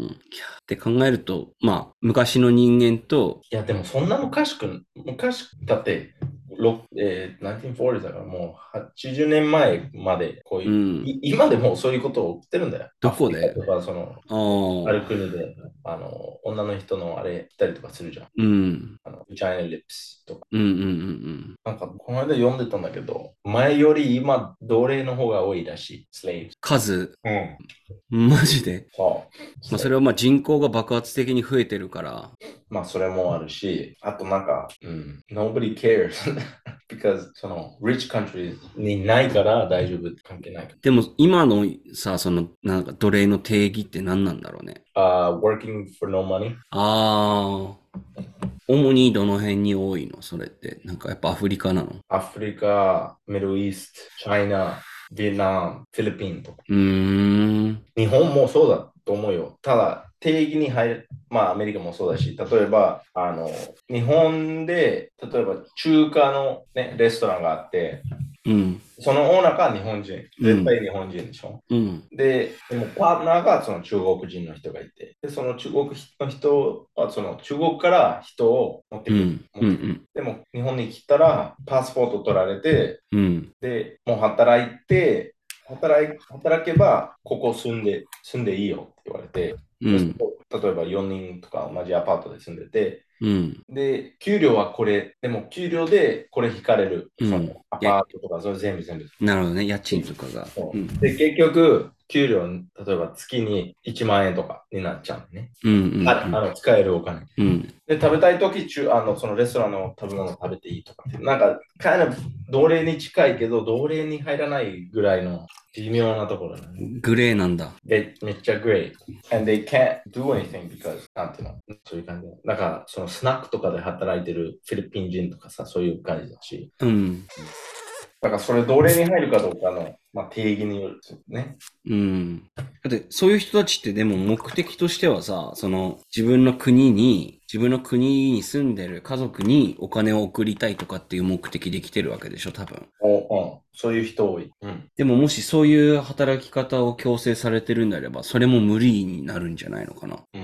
A: いやって考えると、まあ、昔の人間と、
B: いや、でもそんな昔く、昔、だって、ろえー、1940だからもう80年前までこういうう、
A: ん。
B: い今でもそういうことを起きてるんだよ。
A: どこで
B: アフリカとかその
A: あ
B: ある
A: あ。
B: 国であの女の人のあれ来たりとかするじゃん。
A: うん。
B: あのジャイアンリップスとか。
A: うんうんうん
B: なんかこの間読んでたんだけど、前より今奴隷の方が多いらしい。スレイブ。
A: 数、
B: うん。
A: マジで。
B: そう。
A: まあ、それはまあ人口が爆発的に増えてるから、
B: まあそれもあるし、あとなんか、うん、nobody cares because その rich countries にないから大丈夫関係ないか
A: でも今のさ、そのなんか奴隷の定義って何なんだろうね。
B: ら。あ、working for no money?
A: ああ。主にどの辺に多いのそれって。なんかやっぱアフリカなの
B: アフリカ、ミドルイースト、チャイナ、ベトナム、フィリピンとか。
A: うーん。
B: 日本もそうだと思うよ。ただ、定義に入る、まあアメリカもそうだし、例えば、あの、日本で、例えば中華のね、レストランがあって、
A: うん。
B: そのオーナーが日本人、絶対日本人でしょ、
A: うん。
B: で、でもパートナーがその中国人の人がいて、でその中国の人はその中国から人を持って
A: う
B: くる。
A: ん。うん。うん。
B: でも日本に来たらパスポート取られて、
A: うん。
B: で、もう働いて、働い働けばここ住んで住んでいいよって言われて、
A: うん。
B: そう例えば4人とか同じアパートで住んでて、
A: うん。
B: で、給料はこれ、でも給料でこれ引かれる。
A: うん
B: そのアパートとかそれ全部全部。
A: なるほどね。家賃とかが。
B: そう
A: うん。
B: で、結局、給料、例えば月に1万円とかになっちゃうのね。
A: うん。うん。
B: ああの使えるお金。
A: うん。
B: で、食べたいとき、中あのそのレストランの食べ物を食べていいとかって、なんか、かなり奴隷に近いけど、奴隷に入らないぐらいの微妙なところだね。
A: グレーなんだ。
B: で、めっちゃグレー。And they can't do anything because, なんていうの、そういう感じだ。だから、そのスナックとかで働いてるフィリピン人とかさ、そういう感じだし、
A: うん。
B: だからそれ奴隷に入るかどうかの、まあ、定義によるんですよね。
A: うん。だって、そういう人たちってでも目的としてはさ、その、自分の国に、自分の国に住んでる家族にお金を送りたいとかっていう目的で来てるわけでしょ、多分。
B: おうん、そういう人多い。うん、
A: でももしそういう働き方を強制されてるんであれば、それも無理になるんじゃないのかな。
B: うん、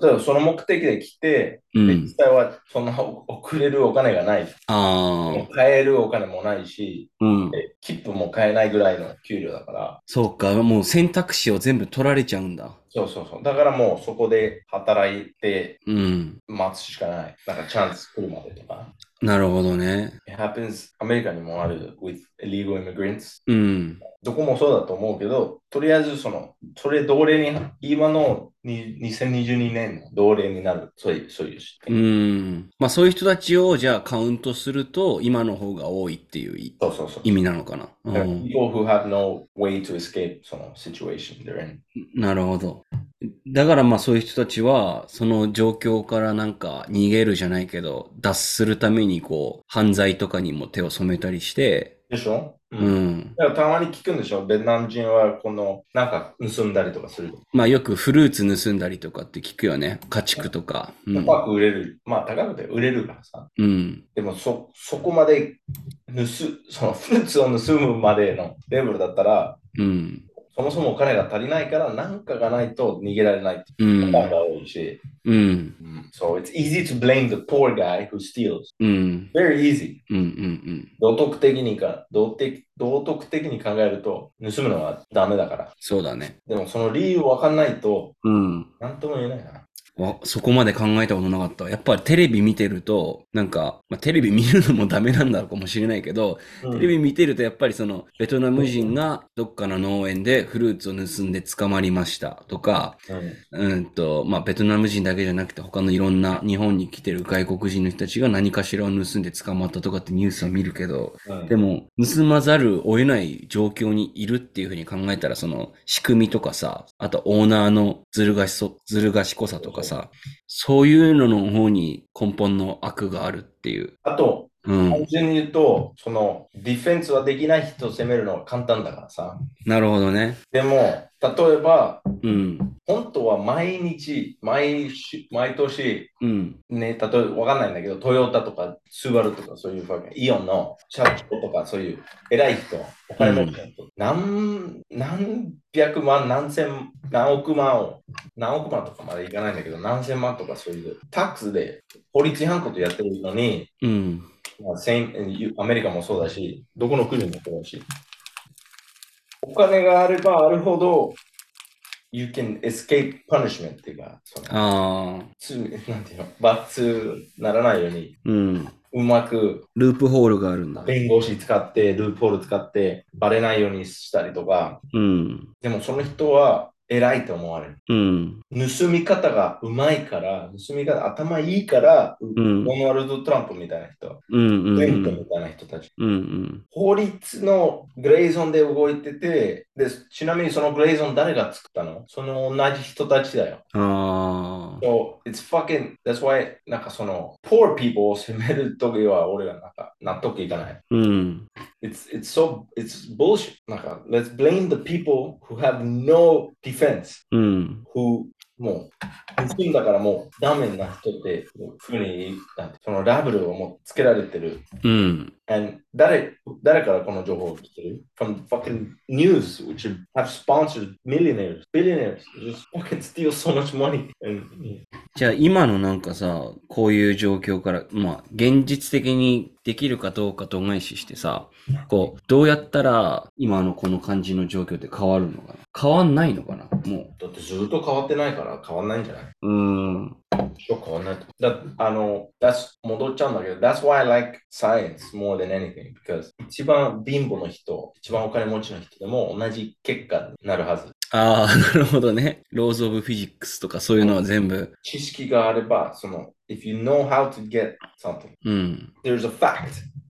B: 例えばその目的で来て、
A: う
B: で実
A: ん。
B: 際はそんなお送れるお金がない。
A: あ
B: も
A: あ、
B: う買えるお金もないし、
A: うん。
B: で切符も買えないぐらいの給料だから、
A: そうか、もう選択肢を全部取られちゃうんだ。
B: そうそうそう。だからもうそこで働いて
A: うん。
B: 待つしかない。なんかチャンス来るまでとか。
A: なるほどね。
B: It happens アメリカにもある with illegal immigrants。
A: うん。
B: どこもそうだと思うけど、とりあえずその、それ奴隷に、今のに2022年の奴隷になる、そういう、そういうし。
A: うん。まあそういう人たちをじゃあカウントすると、今の方が多いっていうい
B: そうそうそう。
A: 意味なのかな。う
B: だから
A: ん。
B: People who have no way to escape その situation they're in.
A: なるほど。だからまあそういう人たちは、その状況からなんか逃げるじゃないけど、脱するためにこう、犯罪とかにも手を染めたりして、
B: でしょ、う、
A: うんん。
B: だからたまに聞くんでしょベトナム人はこの、なんか盗んだりとかする。
A: まあよくフルーツ盗んだりとかって聞くよね。家畜とか。うん。
B: 高く売れる。まあ高くて売れるからさ。
A: うん。
B: でもそ、そこまで盗、そのフルーツを盗むまでのレベルだったら、
A: うん。
B: そもそもお金が足りないから、何かがないと逃げられないって
A: う
B: パ
A: ん。
B: ターンが多いし。
A: うん。
B: So it's easy to blame the poor guy who steals.
A: うん。
B: Very easy.
A: うん。うん。うん。
B: 道徳的にか道的道徳的に考えると盗むのはダメだから。
A: そうだね。
B: でもその理由わかんないと
A: うん。
B: 何とも言えないな。
A: わ、そこまで考えたことなかった。やっぱりテレビ見てると、なんか、まあ、テレビ見るのもダメなんだろうかもしれないけど、テレビ見てるとやっぱりその、ベトナム人がどっかの農園でフルーツを盗んで捕まりましたとか、
B: うん
A: うんと、まあ、ベトナム人だけじゃなくて他のいろんな日本に来てる外国人の人たちが何かしらを盗んで捕まったとかってニュースを見るけど、
B: うん
A: でも、盗まざるを得ない状況にいるっていうふうに考えたら、その仕組みとかさ、あとオーナーのずるがしそ、ずる賢さとかさ、そういうのの方に根本の悪があるっていう。
B: あと、
A: うん
B: 単。純に言うと、そのディフェンスはできない人を責めるのは簡単だからさ。
A: なるほどね。
B: でも、例えば、
A: うん。
B: 本当は毎日、毎週、毎年、
A: うん。
B: ね、例えばわかんないんだけど、トヨタとかスバルとかそういう、fucking イオンの社長とかそういう偉い人、お金持ちの人、何、何百万、何千、何億万を、何億万とかまでいかないんだけど、何千万とかそういう、タックスで法律違反ことやってるのに、
A: うん。
B: まあ、セインアメリカもそうだし、どこの国もそうだし、お金があればあるほど、You can escape punishment っていうか、その
A: ああ。
B: 罪、なんていうの、罰ならないように、
A: うん。
B: うまく
A: ループホールがあるんだ。
B: 弁護士使って、ループホール使って、バレないようにしたりとか、
A: うん。
B: でもその人は偉いと思われる。
A: うん。
B: 盗み方がうまいから、盗み方、頭いいから、
A: うん
B: ドナルド・トランプみたいな人、
A: うん。うん。う
B: クリントン
A: ん
B: みたいな人たち。。
A: うん
B: 法律のグレーゾーンで動いてて、で、ちなみにそのグレーゾーン誰が作ったのその同じ人たちだよ。
A: ああ。
B: So, it's fucking, that's why, なんかその、poor people を責めるときは俺らなんか納得いかない。
A: うん。
B: It's it's so it's bullshit. なんか let's blame the people who have no defense,
A: うん。
B: who もう盗んだからもうダメな人ってもうふうになんてそのラブルをもうつけられてる。
A: うん。
B: And 誰誰からこの情報を来てる ?From fucking news, which have sponsored millionaires, billionaires, who just fucking steal so much money. And
A: じゃあ今のなんかさ、こういう状況から、まあ現実的にできるかどうかと外視してさ、こう、どうやったら今のこの感じの状況って変わるのかな変わんないのかなも。
B: だってずっと変わってないから変わんないんじゃないう
A: うーん。
B: ちょっと変わんないと。だあの、that's 戻っちゃうんだけど、that's why I like science more than anything. Because 一番貧乏の人、一番お金持ちの人でも同じ結果になるはず。
A: ああ、なるほどね。ローズ・オブ・フィジックスとかそういうのは全部。
B: 知識があれば、その、if you know how to get something,
A: うん。
B: there's a fact.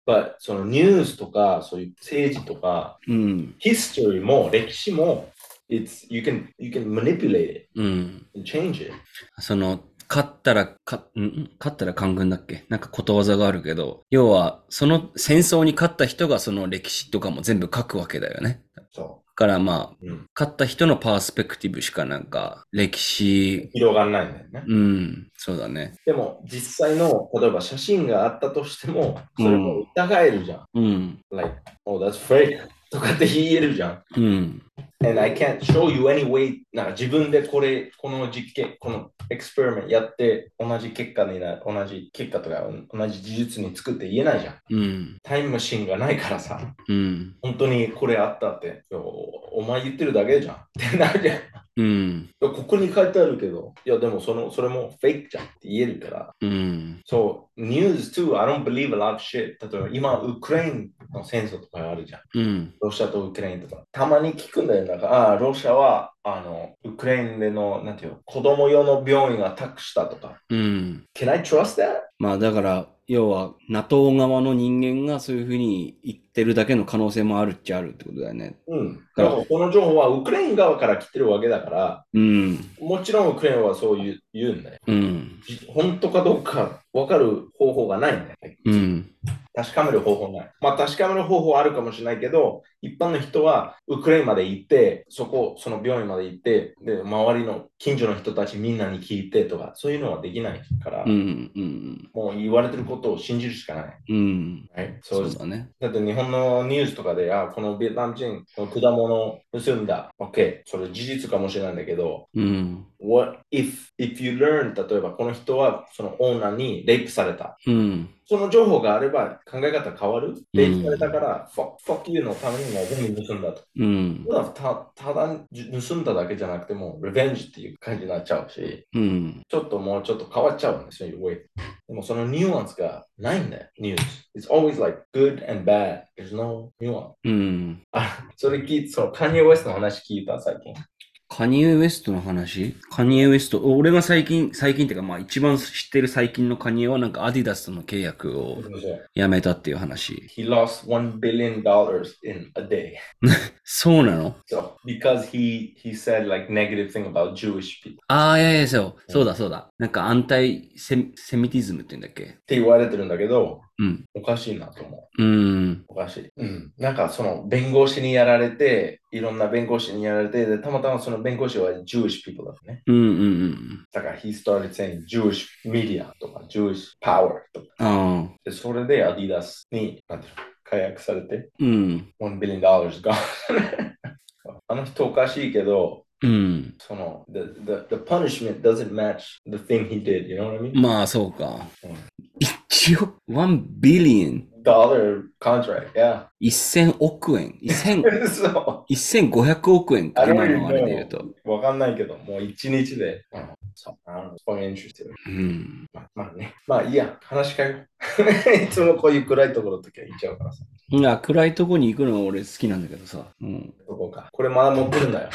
B: But そのニュースとか、そういう政治とか、
A: うん。
B: history も歴史も、it's, you can, you can manipulate it
A: うん。
B: and change it.
A: その、勝ったら、か、んん勝ったら官軍だっけなんかことわざがあるけど、要は、その戦争に勝った人がその歴史とかも全部書くわけだよね。だ
B: そ
A: からまあ、
B: う。うん。
A: 勝った人のパースペクティブしかなんか、歴史、
B: 広がらないんだよね。
A: うん、そうだね。
B: でも、実際の、例えば写真があったとしても、それも疑えるじゃん。
A: うん、
B: like, oh, that's fake とかって言えるじゃん。
A: うん、
B: And I can't show you any way なんか自分でこれ、この実験、このエクスペリメントやって、同じ結果にな、同じ結果とか、同じ事実に作って言えないじゃん。
A: うん、
B: タイムマシンがないからさ、
A: うん、
B: 本当にこれあったって、いやおお前言ってるだけじゃん。ってなるじゃん。い
A: うん、
B: やここに書いてあるけど、いやでもそのそれもフェイクじゃんって言えるから。
A: うん、
B: そう、news too, I don't believe a lot of shit. 例えば今、ウクライナの戦争とかあるじゃん。
A: うん、
B: ロシアとウクライナとか。たまに聞くんだよ。なんか、ああ、ロシアは、あの、ウクライナでの、なんていうの、子供用の病院がアタックしたとか。
A: うん。
B: Can I trust that?
A: まあだから、要は NATO 側の人間がそういうふうに言ってるだけの可能性もあるっちゃあるってことだよね。
B: うん。だから、この情報はウクライナ側から来てるわけだから、
A: うん、
B: もちろんウクライナはそう言う言うんだよ。
A: うん、
B: じ本当かどうか分かる方法がないんだよ。
A: うん、
B: 確かめる方法ない。まあ確かめる方法はあるかもしれないけど、一般の人はウクライナまで行って、そこ、その病院まで行って、で、周りの近所の人たちみんなに聞いてとか、そういうのはできないから、
A: うん、うん、
B: もう言われてることを信じるしかない。
A: うん。
B: はい、そ
A: そう
B: で
A: う
B: す。
A: だね。
B: だって日本のニュースとかで、あ、このベトナム人、この果物を盗んだ。OK、それ事実かもしれないんだけど、
A: うん、
B: What if, if you learn, 例えばこの人はそのオーナーにレイプされた。
A: うん、
B: その情報があれば考え方変わる。レイプされたから、fuck, fuck you のためにも全部盗んだと。
A: うん、
B: ただたただ盗んだだけじゃなくても、リベンジっていう感じになっちゃうし、
A: うん、
B: ちょっともうちょっと変わっちゃうんですよ、ウェイ。でもそのニュアンスがないんだよ、ニュース。It's always like good and bad. There's no nuance.
A: うん。
B: あ、それ聞いて、そのカニエ・ウェストの話聞いた、最近。
A: カニエ・ウエストの話カニエ・ウエスト、俺が最近、最近っていうかまあ一番知ってる最近のカニエはなんかアディダスとの契約をやめたっていう話。
B: He lost $1 billion in a day.
A: そうなの
B: So because he he said like negative thing about Jewish people
A: ああ、いやいや、そう。そうだ、そうだ。なんか安泰セセミティズムって言うんだっけ
B: って言われてるんだけど、
A: うん。
B: おかしいなと思
A: うん。
B: う。おかしい。うん。なんかその弁護士にやられて、いろんな弁護士にやられて、でたまたまその弁護士は Jewish people だったね。
A: うんうんうん。
B: だから he started saying Jewish media とか Jewish power とか。
A: ああ。
B: で、それでアディダスに、なんていうの、解約されて、
A: うん。
B: 1 billion dollars gone あの人おかしいけど、
A: うん。
B: その、the, the, the punishment doesn't match the thing he did, you know what I mean?
A: まあ、そうか
B: うん。
A: 一応、1 billion。
B: dollar contract. Yeah.
A: 1000億円。1000
B: so
A: 1500億円か。
B: あれ
A: 今のあれで言うと。
B: わかんないけど、もう一日で。うんそうなの。そういう interesting。
A: うん。
B: まあまあね。まあいいや、話しかよう。 いつもこういう暗いところの時は行っちゃうからさ。
A: いや、暗いとこに行くの俺好きなんだけどさ。うん。
B: どこか。これまだ持ってるんだよ。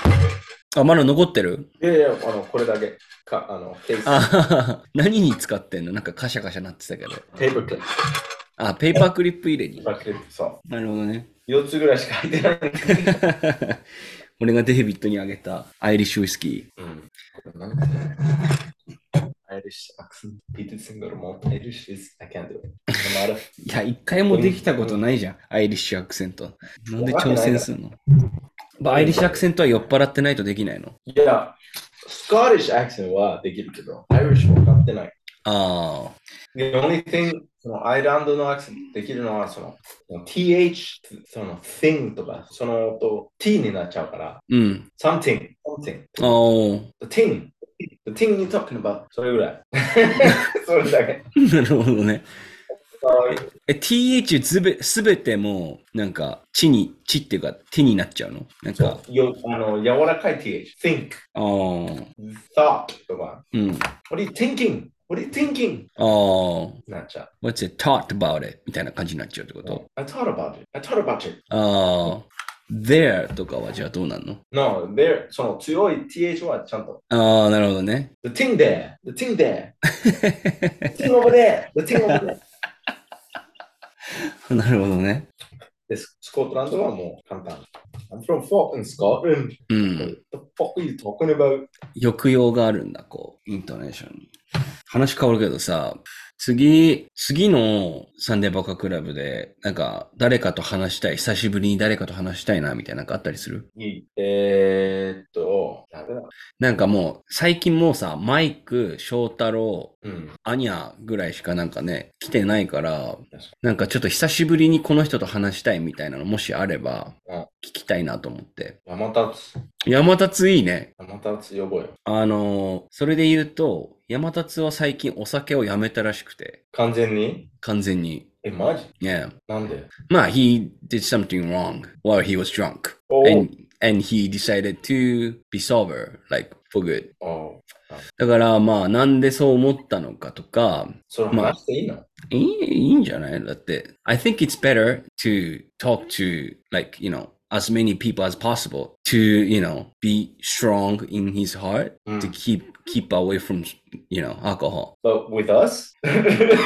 A: あ、まだ残ってる
B: いやいや、あの、これだけ。か、あの、ケー
A: あ
B: ス。
A: ははは何に使ってんのなんかカシャカシャなってたけど。
B: テーブルクリップ。
A: あ、ペーパークリップ入れ
B: テー
A: に
B: ブ。ルクリップ。そう。
A: なるほどね。
B: 4つぐらいしか入ってない。
A: 俺がデイビッドにあげたアイリッシュウイスキ
B: うん。これなんだアイリッシュアクセント。ピーティシングルもアイリッシュ is I can't do it.
A: ー。
B: No matter.
A: いや、一回もできたことないじゃん。アイリッシュアクセント。なんで挑戦するのまあアイリッシュアクセントは酔っ払ってないとできないの。
B: いや、スコティッシュアクセントはできるけど、アイリッシュ分かってない。
A: ああ。
B: The only thing、そのアイルランドのアクセントできるのは、その、th、その thing とか、その音、t になっちゃうから、
A: うん。
B: something、something、
A: ああ。
B: the thing、the thing you're talking about、それぐらい。 それだけ。
A: なるほどね。え、th ずべ、すべてもう、なんか、地に、地っていうか、手になっちゃうのなんか、
B: よあの柔らかい th、think、
A: ああ。う
B: thought とか、
A: ん。あ
B: what are you thinking? What are you thinking?
A: あ。
B: なっちゃう。
A: what's it talked about it? みたいな感じになっちゃうってこと。
B: I thought about it. I thought about it.
A: ああ。there とかはじゃあどうなんの
B: No, there, その強い th はちゃんと
A: ああ、なるほどね。
B: The thing there, the thing there, the thing over there, the thing over there.
A: なるほどね。
B: で、ススコットランドはもう簡単。I'm from fucking Scotland.
A: うん。
B: What the fuck are you talking about?
A: 抑揚があるんだ、こう、イントネーションに。話変わるけどさ、次、次のサンデーバカクラブで、なんか、誰かと話したい、久しぶりに誰かと話したいな、みたいな、なんかあったりする
B: いいえー、っと、誰だ
A: なんかもう、最近もうさ、マイク、翔太郎、
B: うん。
A: アニャぐらいしかなんかね、来てないから
B: かに、
A: なんかちょっと久しぶりにこの人と話したいみたいなのもしあれば
B: うん、
A: 聞きたいなと思って。
B: 山立つ。
A: 山立いいね。
B: 山立つ呼ぼうよ。
A: あのーそれで言うと、山立は最近お酒をやめたらしくて、
B: 完全に
A: 完全に。
B: え、マジ
A: Yeah.
B: なんで
A: まあ、he did something wrong while he was drunk.
B: お
A: And, and he decided to be sober, like, for good.
B: お
A: だからまあ、なんでそう思ったのかとか、
B: それ話していいの、
A: いいいいんじゃないだって、I think it's better to talk to, like, you know, as many people as possible to, you know, be strong in his heart
B: うん
A: to keep, keep away from, you know, alcohol.
B: But with us?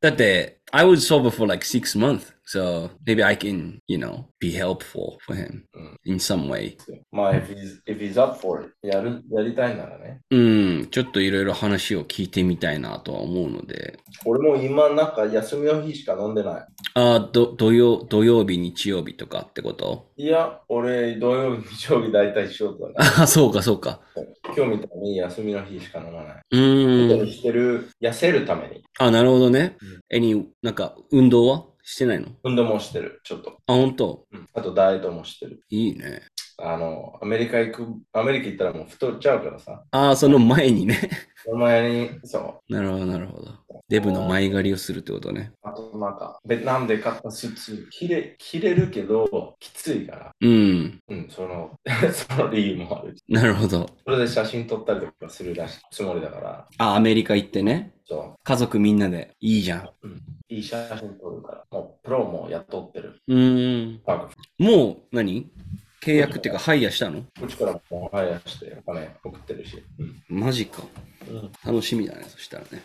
A: だって、I was sober for like six months, so maybe I can, you know, be helpful for him
B: うん
A: in some way.
B: まあ、if he's, if he's up for it やる、やりたいならね。
A: うん、ちょっといろいろ話を聞いてみたいなとは思うので、
B: 俺も今なんか休みの日しか飲んでな
A: あーど土曜、土曜日、日曜日とかってこと
B: い。いや、俺土曜日、日曜日大体仕事だね。
A: あそうか、そうか。
B: 今日みたいに休みの日しか飲まない。
A: うーん。
B: してる、痩せるために。
A: あ、なるほどね
B: うん。
A: えに、なんか、運動はしてないの
B: 運動もしてる、ちょっと。
A: あ、本当
B: うんあとダイエットもしてる。
A: いいね。
B: あの、アメリカ行く、アメリカ行ったらもう太っちゃうからさ。
A: あ、その前にね。
B: お前に、そう。
A: なるほど、なるほど。デブの前借りをするってことね。
B: あとなんか、ベトナムで買ったスーツ、着れ、着れるけど、きついから。
A: うん。
B: うん、その、 その理由もある。
A: なるほど。
B: それで写真撮ったりとかするらしつもりだから、
A: あ、アメリカ行ってね。
B: そ
A: 家族みんなで。いいじゃん。
B: う、うん、いい写真撮るから、もうプロも雇ってる。
A: うーん。
B: パーク
A: もう何、契約っていうか、ハイヤしたの
B: こっちからもう早してお金送ってるし。うん。
A: マジか。
B: うん。
A: 楽しみだね、そしたらね。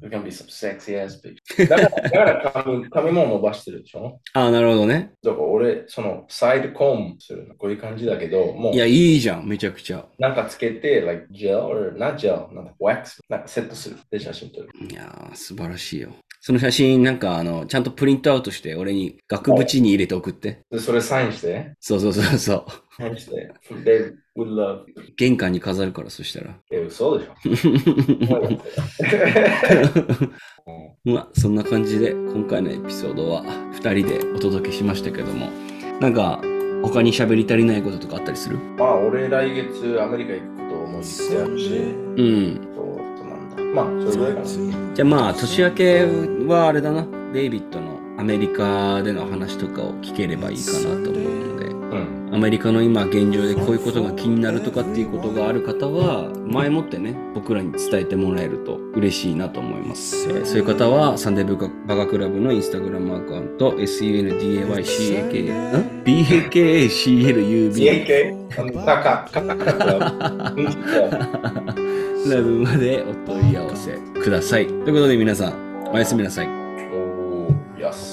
B: You can be some sexy ass bitch. だから、だから髪髪も伸ばしてるでしょ
A: あ、なるほどね。
B: だから俺、そのサイドコーンするの、こういう感じだけど、もう
A: いや、いいじゃん、めちゃくちゃ。
B: なんかつけて、like gel or not gel, なんか wax, なんかセットする。で、写真撮る。
A: いやー、素晴らしいよ。その写真、なんか、あの、ちゃんとプリントアウトして、俺に額縁に入れて送って。
B: で、それサインして、
A: そうそうそうそう。
B: サインして、で、we love you.
A: 玄関に飾るから、そしたら。
B: え、嘘で しょ
A: まあ、そんな感じで、今回のエピソードは2人でお届けしましたけども、なんか、他に喋り足りないこととかあったりする
B: まあ、俺来月アメリカ行くことを思いつつやるし、
A: うん。
B: そうなんだ。まあ、それぐらいかな。
A: じゃあまあ、年明けはあれだな。デイビッドのアメリカでの話とかを聞ければいいかなと思うので。
B: うん。
A: アメリカの今現状でこういうことが気になるとかっていうことがある方は前もってね僕らに伝えてもらえると嬉しいなと思います、えーそういう方はサンデーブカバカクラブのインスタグラムアカウント SUNDAYCAK ん BAKACLUB
B: カカ、カカカカ。
A: ラブまでお問い合わせくださいということで皆さんおやすみなさい
B: おー、よし。